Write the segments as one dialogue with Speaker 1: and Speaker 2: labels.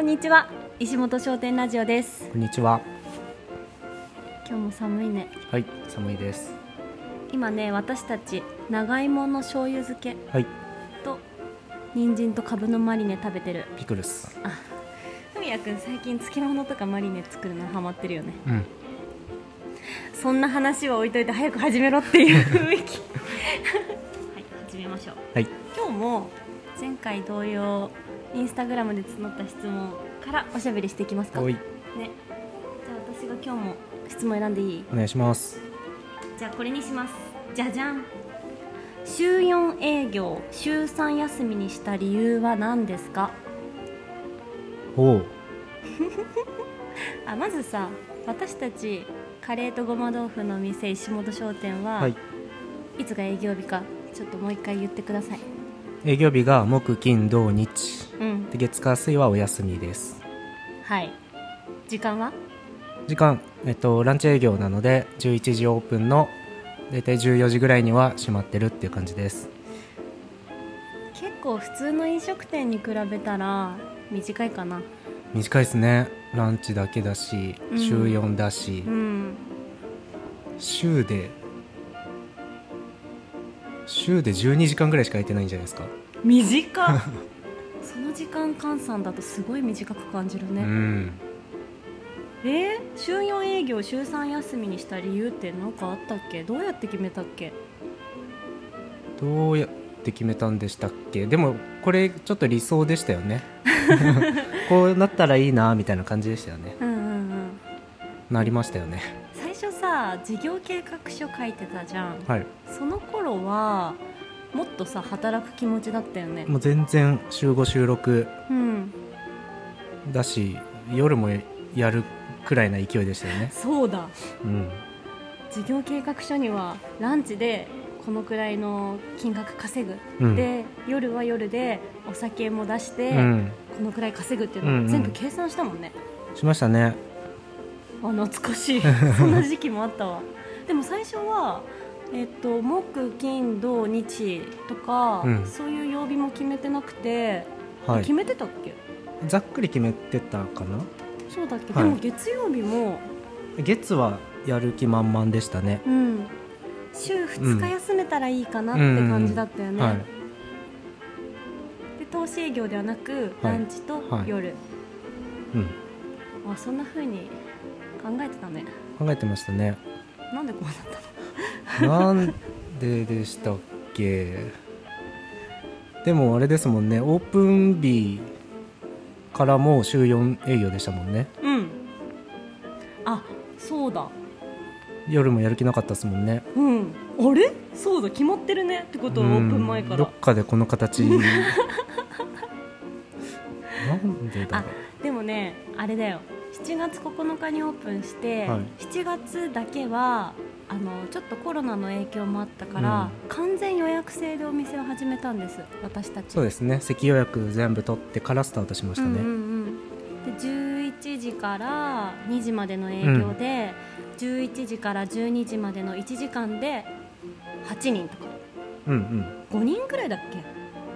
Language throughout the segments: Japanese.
Speaker 1: んにちは石本商店ラジオです
Speaker 2: こんにちは。
Speaker 1: 今日も寒いね
Speaker 2: はい、寒いです。
Speaker 1: 今ね私たち長芋の醤油漬け
Speaker 2: はい、
Speaker 1: と人参とカブのマリネ食べてる
Speaker 2: ピクルス。
Speaker 1: ふみやくん最近漬物とかマリネ作るのハマってるよね
Speaker 2: うん、
Speaker 1: そんな話は置いといて早く始めろっていう雰囲 気はい始めましょう
Speaker 2: はい、
Speaker 1: 今日も前回同様インスタグラムで募った質問からおしゃべりしていきますか
Speaker 2: おい、
Speaker 1: ね、じゃあ私が今日も質問選んでいい
Speaker 2: お願いします。
Speaker 1: じゃあこれにしますじゃじゃん週4営業週3休みにした理由は何ですか
Speaker 2: おう、
Speaker 1: あまずさ私たちカレーとごま豆腐の店石本商店は、
Speaker 2: はいい、、
Speaker 1: つが営業日かちょっともう一回言ってください
Speaker 2: 営業日が木金土日。
Speaker 1: うん
Speaker 2: で、月火水はお休みです。
Speaker 1: はい時間は
Speaker 2: 時間、えっと、ランチ営業なので、11時オープンの。だいたい14時ぐらいには閉まってるっていう感じです。
Speaker 1: 結構普通の飲食店に比べたら短いかな
Speaker 2: 短いですね。ランチだけだし、
Speaker 1: うん
Speaker 2: 週4だし
Speaker 1: う、ん
Speaker 2: 週で。週で12時間ぐらいしか空いてないんじゃないですか。
Speaker 1: 短っ その時間換算だとすごい短く感じる
Speaker 2: う
Speaker 1: ね、
Speaker 2: ん。
Speaker 1: えー、週4営業週3休みにした理由って何かあったっけどうやって決めたっけ
Speaker 2: どうやって決めたんでしたっけでもこれちょっと理想でしたよ ねこうなったらいいなみたいな感じでしたよね
Speaker 1: うんうんうん
Speaker 2: なりましたよね
Speaker 1: 最初さ事業計画書書いてたじゃん
Speaker 2: はい
Speaker 1: その頃はもっとさ働く気持ちだったよね
Speaker 2: もう全然週5週6
Speaker 1: うん
Speaker 2: だし夜もやるくらいな勢いでしたよね
Speaker 1: そうだ
Speaker 2: うん
Speaker 1: 事業計画書にはランチでこのくらいの金額稼ぐ、
Speaker 2: うん
Speaker 1: で夜は夜でお酒も出して、
Speaker 2: うん
Speaker 1: このくらい稼ぐっていうの
Speaker 2: うんう
Speaker 1: を
Speaker 2: ん
Speaker 1: 全部計算したもんね、
Speaker 2: しましたね
Speaker 1: あ懐か しいそんな時期もあったわでも最初はえっと木金土日とか、
Speaker 2: うん
Speaker 1: そういう曜日も決めてなくて、
Speaker 2: は
Speaker 1: 決
Speaker 2: い
Speaker 1: めてたっけ
Speaker 2: ざっくり決めてたかな
Speaker 1: そうだっけ、
Speaker 2: はい
Speaker 1: でも月曜日も
Speaker 2: 月はやる気満々でしたね
Speaker 1: うん週2日休めたらいいかなって感じだったよね、
Speaker 2: はい
Speaker 1: で投資営業ではなく
Speaker 2: はい
Speaker 1: ランチと
Speaker 2: はい
Speaker 1: 夜、
Speaker 2: うん
Speaker 1: あそんな風に考えてたね
Speaker 2: 考えてましたね
Speaker 1: なんでこうなったの
Speaker 2: なんででしたっけでもあれですもんねオープン日からもう週4営業でしたもんね
Speaker 1: うんあそうだ
Speaker 2: 夜もやる気なかったですもんね
Speaker 1: うん、あれそうだ決まってるねってことはオープン前か
Speaker 2: うん
Speaker 1: ら
Speaker 2: どっかでこ の形なんでだろ
Speaker 1: でもねあれだよ7月9日にオープンして、
Speaker 2: はい
Speaker 1: 7月だけはあのちょっとコロナの影響もあったから、完全予約制でお店を始めたんです私た
Speaker 2: う
Speaker 1: ち
Speaker 2: そうですね席予約全部取ってからスタートしました
Speaker 1: うんう
Speaker 2: ね、
Speaker 1: んうん、で11時から2時までの営業で、11時から12時までの1時間で8人とか
Speaker 2: うん、うん
Speaker 1: 5人ぐらいだっ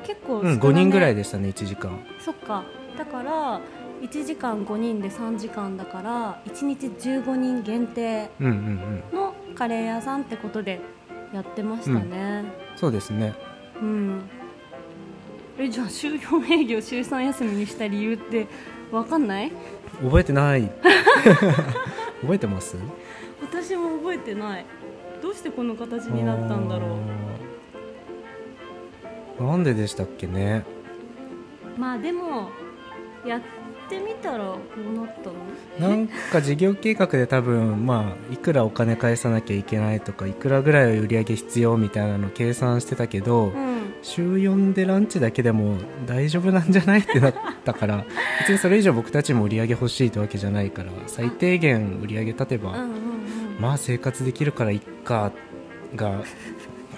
Speaker 1: け結構
Speaker 2: うん、
Speaker 1: 少
Speaker 2: 5
Speaker 1: なめ
Speaker 2: 人ぐらいでしたね1時間
Speaker 1: そっかだから1時間5人で3時間だから1日15人限定
Speaker 2: うんうんうん
Speaker 1: のカレー屋さんってことでやってましたね
Speaker 2: そうですね
Speaker 1: うん、えじゃあ週4営業週3休みにした理由ってわかんない
Speaker 2: 覚えてない 覚えてます
Speaker 1: 私も覚えてないどうしてこの形になったんだろう
Speaker 2: うなんででしたっけね
Speaker 1: まあでもやってみたらこうなったの
Speaker 2: なんか事業計画で多分まあいくらお金返さなきゃいけないとかいくらぐらい売り上げ必要みたいなの計算してたけど、
Speaker 1: うん
Speaker 2: 週4でランチだけでも大丈夫なんじゃないってなったから 別にそれ以上僕たちも売り上げ欲しいってわけじゃないから最低限売り上げ立て
Speaker 1: うん
Speaker 2: ば、
Speaker 1: うんうん
Speaker 2: まあ生活できるからいっかが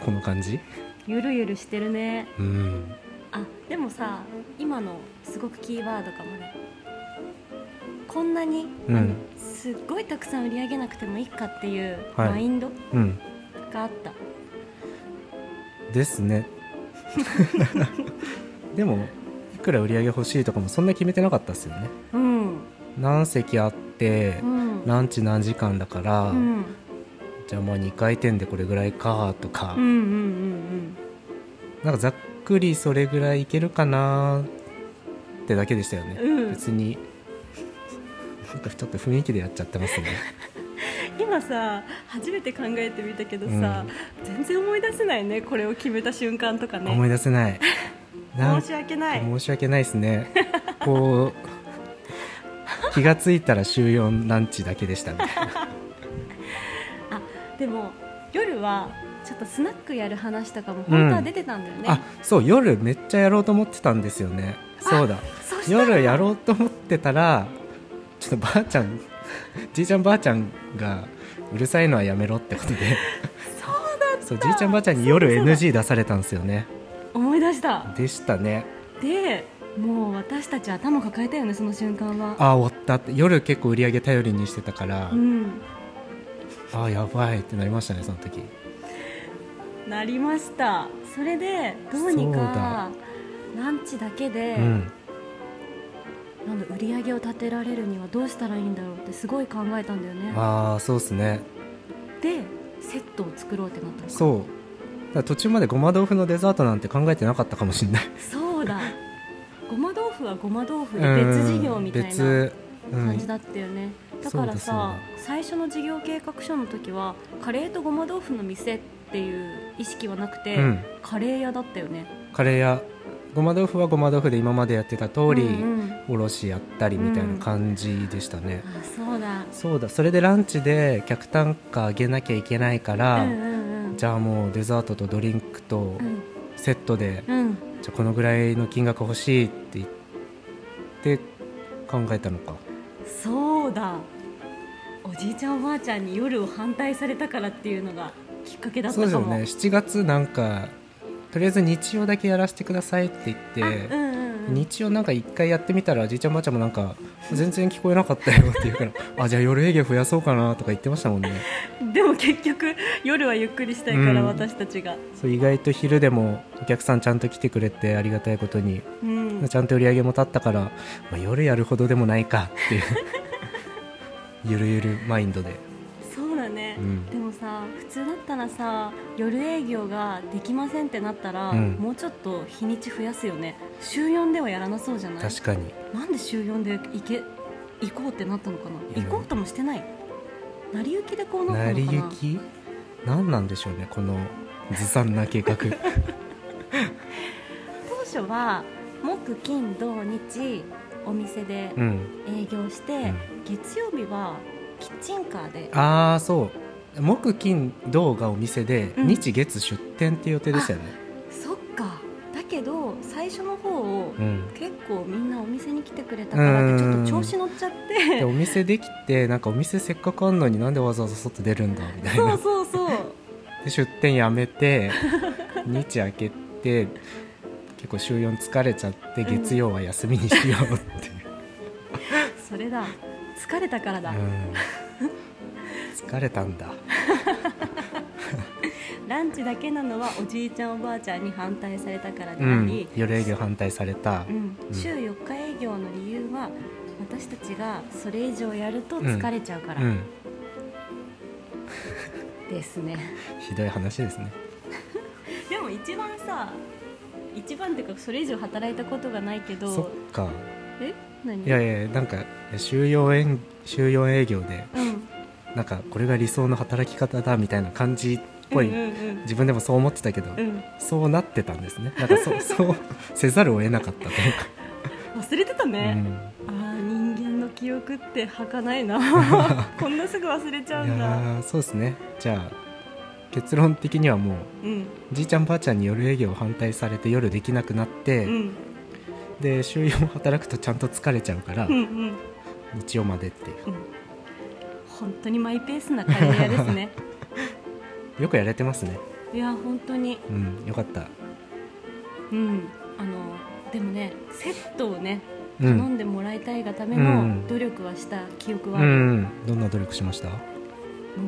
Speaker 2: この感じ
Speaker 1: ゆるゆるしてるね
Speaker 2: うん
Speaker 1: あでもさ今のすごくキーワードかもねこんなに、
Speaker 2: うん
Speaker 1: あのすっごいたくさん売り上げなくてもいいかっていう
Speaker 2: はい
Speaker 1: マインド
Speaker 2: うん
Speaker 1: があった、
Speaker 2: ですねでもくら売り上げ欲しいとかもそんな決めてなかったですよね
Speaker 1: うん
Speaker 2: 何席あって
Speaker 1: う、ん
Speaker 2: ランチ何時間だから、
Speaker 1: うん
Speaker 2: じゃあまあ2回転でこれぐらいかとか、
Speaker 1: うんうんうん
Speaker 2: なんかざっくりそれぐらいいけるかなってだけでしたよね、
Speaker 1: うん
Speaker 2: 別になんかちょっと雰囲気でやっちゃってますね
Speaker 1: 今さ初めて考えてみたけどさ、全然思い出せないねこれを決めた瞬間とか
Speaker 2: 思
Speaker 1: ね
Speaker 2: い出せないなん
Speaker 1: 申し訳ない
Speaker 2: 申し訳ないで すねこう気がついたら週4ランチだけでしたね
Speaker 1: あでも夜はちょっとスナックやる話とかも本当は出てたんだよね、
Speaker 2: あそう夜めっちゃやろうと思ってたんですよねそうだ
Speaker 1: そうしたら
Speaker 2: 夜やろうと思ってたらちょっとばあちゃん じいちゃんばあちゃんがうるさいのはやめろってこと でそうじいちゃんばあちゃんに夜 NG 出されたんですよね
Speaker 1: 思い出した
Speaker 2: でしたね
Speaker 1: でもう私たち頭抱えたよねその瞬間は
Speaker 2: ああ終わったって夜結構売り上げ頼りにしてたから、
Speaker 1: うん
Speaker 2: ああやばいってなりましたねその時
Speaker 1: なりましたそれでどうにかランチだけで、
Speaker 2: うん
Speaker 1: なんだ売り上げを立てられるにはどうしたらいいんだろうってすごい考えたんだよね
Speaker 2: ああそうですね
Speaker 1: でセットを作ろうってなったの
Speaker 2: そうだから途中までごま豆腐のデザートなんて考えてなかったかもしれない
Speaker 1: そうだごま豆腐はごま豆腐で別事業みたいな
Speaker 2: 別、うん
Speaker 1: 感じだったよね、だからさ最初の事業計画書の時はカレーとごま豆腐の店っていう意識はなくて、
Speaker 2: うん
Speaker 1: カレー屋だったよね
Speaker 2: カレー屋ごま豆腐はごま豆腐で今までやってた通り、
Speaker 1: うんうん
Speaker 2: おろしやったりみたいな感じでしたね、
Speaker 1: あそうだ
Speaker 2: そうだそれでランチで客単価上げなきゃいけないから、
Speaker 1: うんうんうん
Speaker 2: じゃあもうデザートとドリンクと
Speaker 1: うん
Speaker 2: セットで、
Speaker 1: うん
Speaker 2: じゃあこのぐらいの金額欲しいって言って考えたのか
Speaker 1: そうだおじいちゃんおばあちゃんに夜を反対されたからっていうのがきっかけだっ
Speaker 2: そうで
Speaker 1: た
Speaker 2: す
Speaker 1: か
Speaker 2: よ
Speaker 1: も
Speaker 2: ね7月なんかとりあえず日曜だけやらせてくださいって言
Speaker 1: あ
Speaker 2: って、
Speaker 1: うんうんうん
Speaker 2: 日曜なんか一回やってみたらじいちゃんばあちゃんもなんか全然聞こえなかったよって言うから あじゃあ夜営業増やそうかなとか言ってましたもんね
Speaker 1: でも結局夜はゆっくりしたいから、
Speaker 2: うん
Speaker 1: 私たちが、
Speaker 2: そう意外と昼でもお客さんちゃんと来てくれてありがたいことに、
Speaker 1: うん、
Speaker 2: ちゃんと売り上げも立ったから、まあ、夜やるほどでもないかっていう ゆるゆるマインドで
Speaker 1: そうだね、
Speaker 2: うん
Speaker 1: でもさ普通だったらさ夜営業ができませんってなったら、
Speaker 2: うん
Speaker 1: もうちょっと日にち増やすよね週4ではやらなそうじゃない
Speaker 2: 確かに
Speaker 1: なんで週4で行け行こうってなったのかな
Speaker 2: や
Speaker 1: 行こうともしてない成り行きでこうなった
Speaker 2: 成
Speaker 1: の
Speaker 2: り
Speaker 1: かな
Speaker 2: 行き何なんでしょうねこのずさんな 計画
Speaker 1: 当初は木金土日お店で
Speaker 2: うん
Speaker 1: 営業して、月曜日はキッチンカーで
Speaker 2: ああそう木金銅がお店で、
Speaker 1: うん
Speaker 2: 日月出店って予定でしたよね
Speaker 1: そっかだけど最初の方を
Speaker 2: うん
Speaker 1: 結構みんなお店に来てくれたから
Speaker 2: う
Speaker 1: っ
Speaker 2: ん
Speaker 1: てちょっと調子乗っちゃっ
Speaker 2: で
Speaker 1: て
Speaker 2: お店できてなんかお店せっかくあんのになんでわざわざ外出るんだみたい
Speaker 1: そう
Speaker 2: な
Speaker 1: そうそう
Speaker 2: で出店やめて日明けて結構週4疲れちゃって
Speaker 1: うん
Speaker 2: 月曜は休みにしようっていう、
Speaker 1: それだ疲れたからだ、
Speaker 2: うん疲れた んだ
Speaker 1: ランチだけなのはおじいちゃんおばあちゃんに反対されたからで
Speaker 2: う
Speaker 1: あ
Speaker 2: ん
Speaker 1: り、
Speaker 2: 夜営業反対された
Speaker 1: うん週4日営業の理由は私たちがそれ以上やると疲れちゃうか
Speaker 2: う
Speaker 1: ら
Speaker 2: ん
Speaker 1: ですね、
Speaker 2: ひどい話ですね
Speaker 1: でも一番さ一番っていうかそれ以上働いたことがないけ
Speaker 2: そ
Speaker 1: ど
Speaker 2: っか
Speaker 1: え何
Speaker 2: いやいやいやなんか週4営週4営業で
Speaker 1: うん
Speaker 2: なんかこれが理想の働き方だみたいな感じっぽい、
Speaker 1: うんうん
Speaker 2: 自分でもそう思ってたけど、
Speaker 1: うん、うん
Speaker 2: そうなってたんですねなんか そうそうせざるを得なかったというか、
Speaker 1: 忘れてた
Speaker 2: う
Speaker 1: ね、
Speaker 2: ん
Speaker 1: ああー人間の記憶って儚いな こんなすぐ忘れちゃう
Speaker 2: い
Speaker 1: ん
Speaker 2: や
Speaker 1: だ
Speaker 2: ーそうですねじゃあ結論的にはも
Speaker 1: う
Speaker 2: う
Speaker 1: ん
Speaker 2: じいちゃんばあちゃんに夜営業を反対されて夜できなくなって、
Speaker 1: うん
Speaker 2: で週4働くとちゃんと疲れちゃうから、
Speaker 1: うんうん
Speaker 2: 日曜までっていう
Speaker 1: 本当にマイペースなカレー屋です ね
Speaker 2: よくやれてますね
Speaker 1: いや本当に
Speaker 2: うんよかった
Speaker 1: うんあのでもねセットをね
Speaker 2: う
Speaker 1: 頼
Speaker 2: ん
Speaker 1: んでもらいたいがため
Speaker 2: う
Speaker 1: の
Speaker 2: ん
Speaker 1: 努力はした記憶
Speaker 2: う
Speaker 1: はある、
Speaker 2: んどんな努力しました
Speaker 1: もう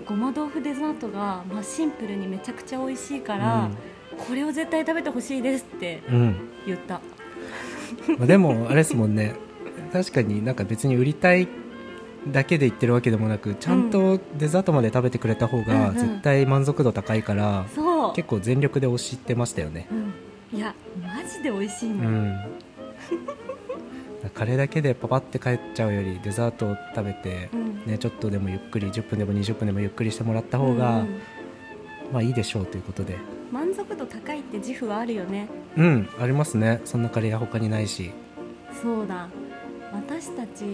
Speaker 1: ごま豆腐デザートが、まあ、シンプルにめちゃくちゃ美味しいから、これを絶対食べてほしいですって
Speaker 2: うん、うん
Speaker 1: 言った
Speaker 2: まあでもあれですもんね確かになんか別に売りたいだけで言ってるわけでもなくちゃんとデザートまで食べてくれた方が
Speaker 1: うん
Speaker 2: 絶対満足度高いから、
Speaker 1: そう、
Speaker 2: 結構全力で推してましたよね
Speaker 1: うん、いやマジで美味しいうの、
Speaker 2: んカレーだけでパパって帰っちゃうよりデザートを食べて、
Speaker 1: うん
Speaker 2: ね、ちょっとでもゆっくり10分でも20分でもゆっくりしてもらった方が、
Speaker 1: うん
Speaker 2: まあいいでしょうということで
Speaker 1: 満足度高いって自負はあるよね
Speaker 2: うんありますねそんなカレーは他にないし、
Speaker 1: そうだ私たち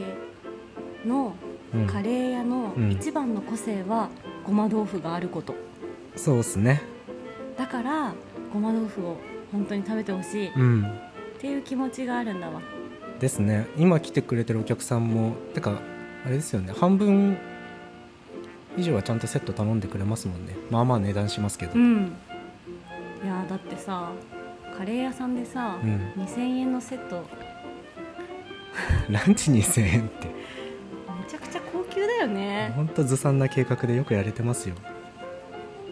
Speaker 1: の
Speaker 2: うん、
Speaker 1: カレー屋の
Speaker 2: うん
Speaker 1: 一番の個性はごま豆腐があること
Speaker 2: そうですね
Speaker 1: だからごま豆腐を本当に食べてほしいっ
Speaker 2: うん
Speaker 1: ていう気持ちがあるんだわ
Speaker 2: ですね今来てくれてるお客さんもてかあれですよね半分以上はちゃんとセット頼んでくれますもんねまあまあ値段しますけど、
Speaker 1: うんいやーだってさカレー屋さんでさ、
Speaker 2: うん
Speaker 1: 2000円のセット
Speaker 2: ランチ2000円って
Speaker 1: めちゃくちゃ高級だよね
Speaker 2: ほんとずさんな計画でよくやれてますよ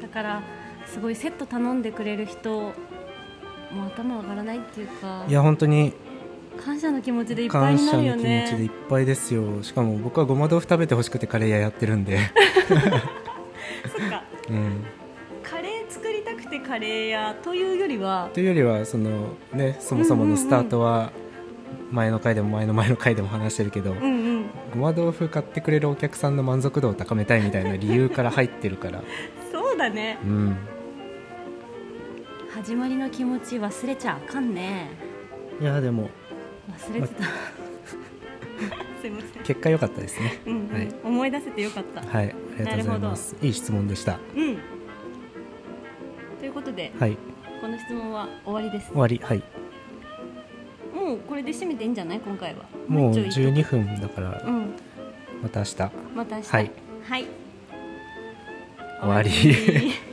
Speaker 1: だからすごいセット頼んでくれる人もう頭上がらないっていうか
Speaker 2: いや本当に
Speaker 1: 感謝の気持ちでいっぱい
Speaker 2: 感
Speaker 1: にな
Speaker 2: 謝の
Speaker 1: る
Speaker 2: 気
Speaker 1: よ
Speaker 2: 持ちでい
Speaker 1: ね
Speaker 2: っぱいですよしかも僕はごま豆腐食べてほしくてカレー屋やってる んで、
Speaker 1: そっか
Speaker 2: うん、
Speaker 1: カレー作りたくてカレー屋というよりは
Speaker 2: というよりはそのねそもそものスタートは前の回でも前の前の回でも話してるけど、
Speaker 1: うんうん
Speaker 2: ごま豆腐買ってくれるお客さんの満足度を高めたいみたいな理由から入ってる から、
Speaker 1: そうだね
Speaker 2: うん、
Speaker 1: 始まりの気持ち忘れちゃあかんね
Speaker 2: いやでも
Speaker 1: 忘れてた すいません
Speaker 2: 結果良かったですね
Speaker 1: うんうん
Speaker 2: はい
Speaker 1: 思い出せてよかった、
Speaker 2: はいありがとうございますいい質問でした
Speaker 1: うんということで、
Speaker 2: はい
Speaker 1: この質問は終わりです
Speaker 2: 終わりはい
Speaker 1: もうこれで締めていいんじゃない今回は
Speaker 2: もう
Speaker 1: ちょいと
Speaker 2: 12分だか
Speaker 1: う
Speaker 2: ら
Speaker 1: ん
Speaker 2: また明日
Speaker 1: また明日
Speaker 2: はい
Speaker 1: はい
Speaker 2: 終わり
Speaker 1: 終わり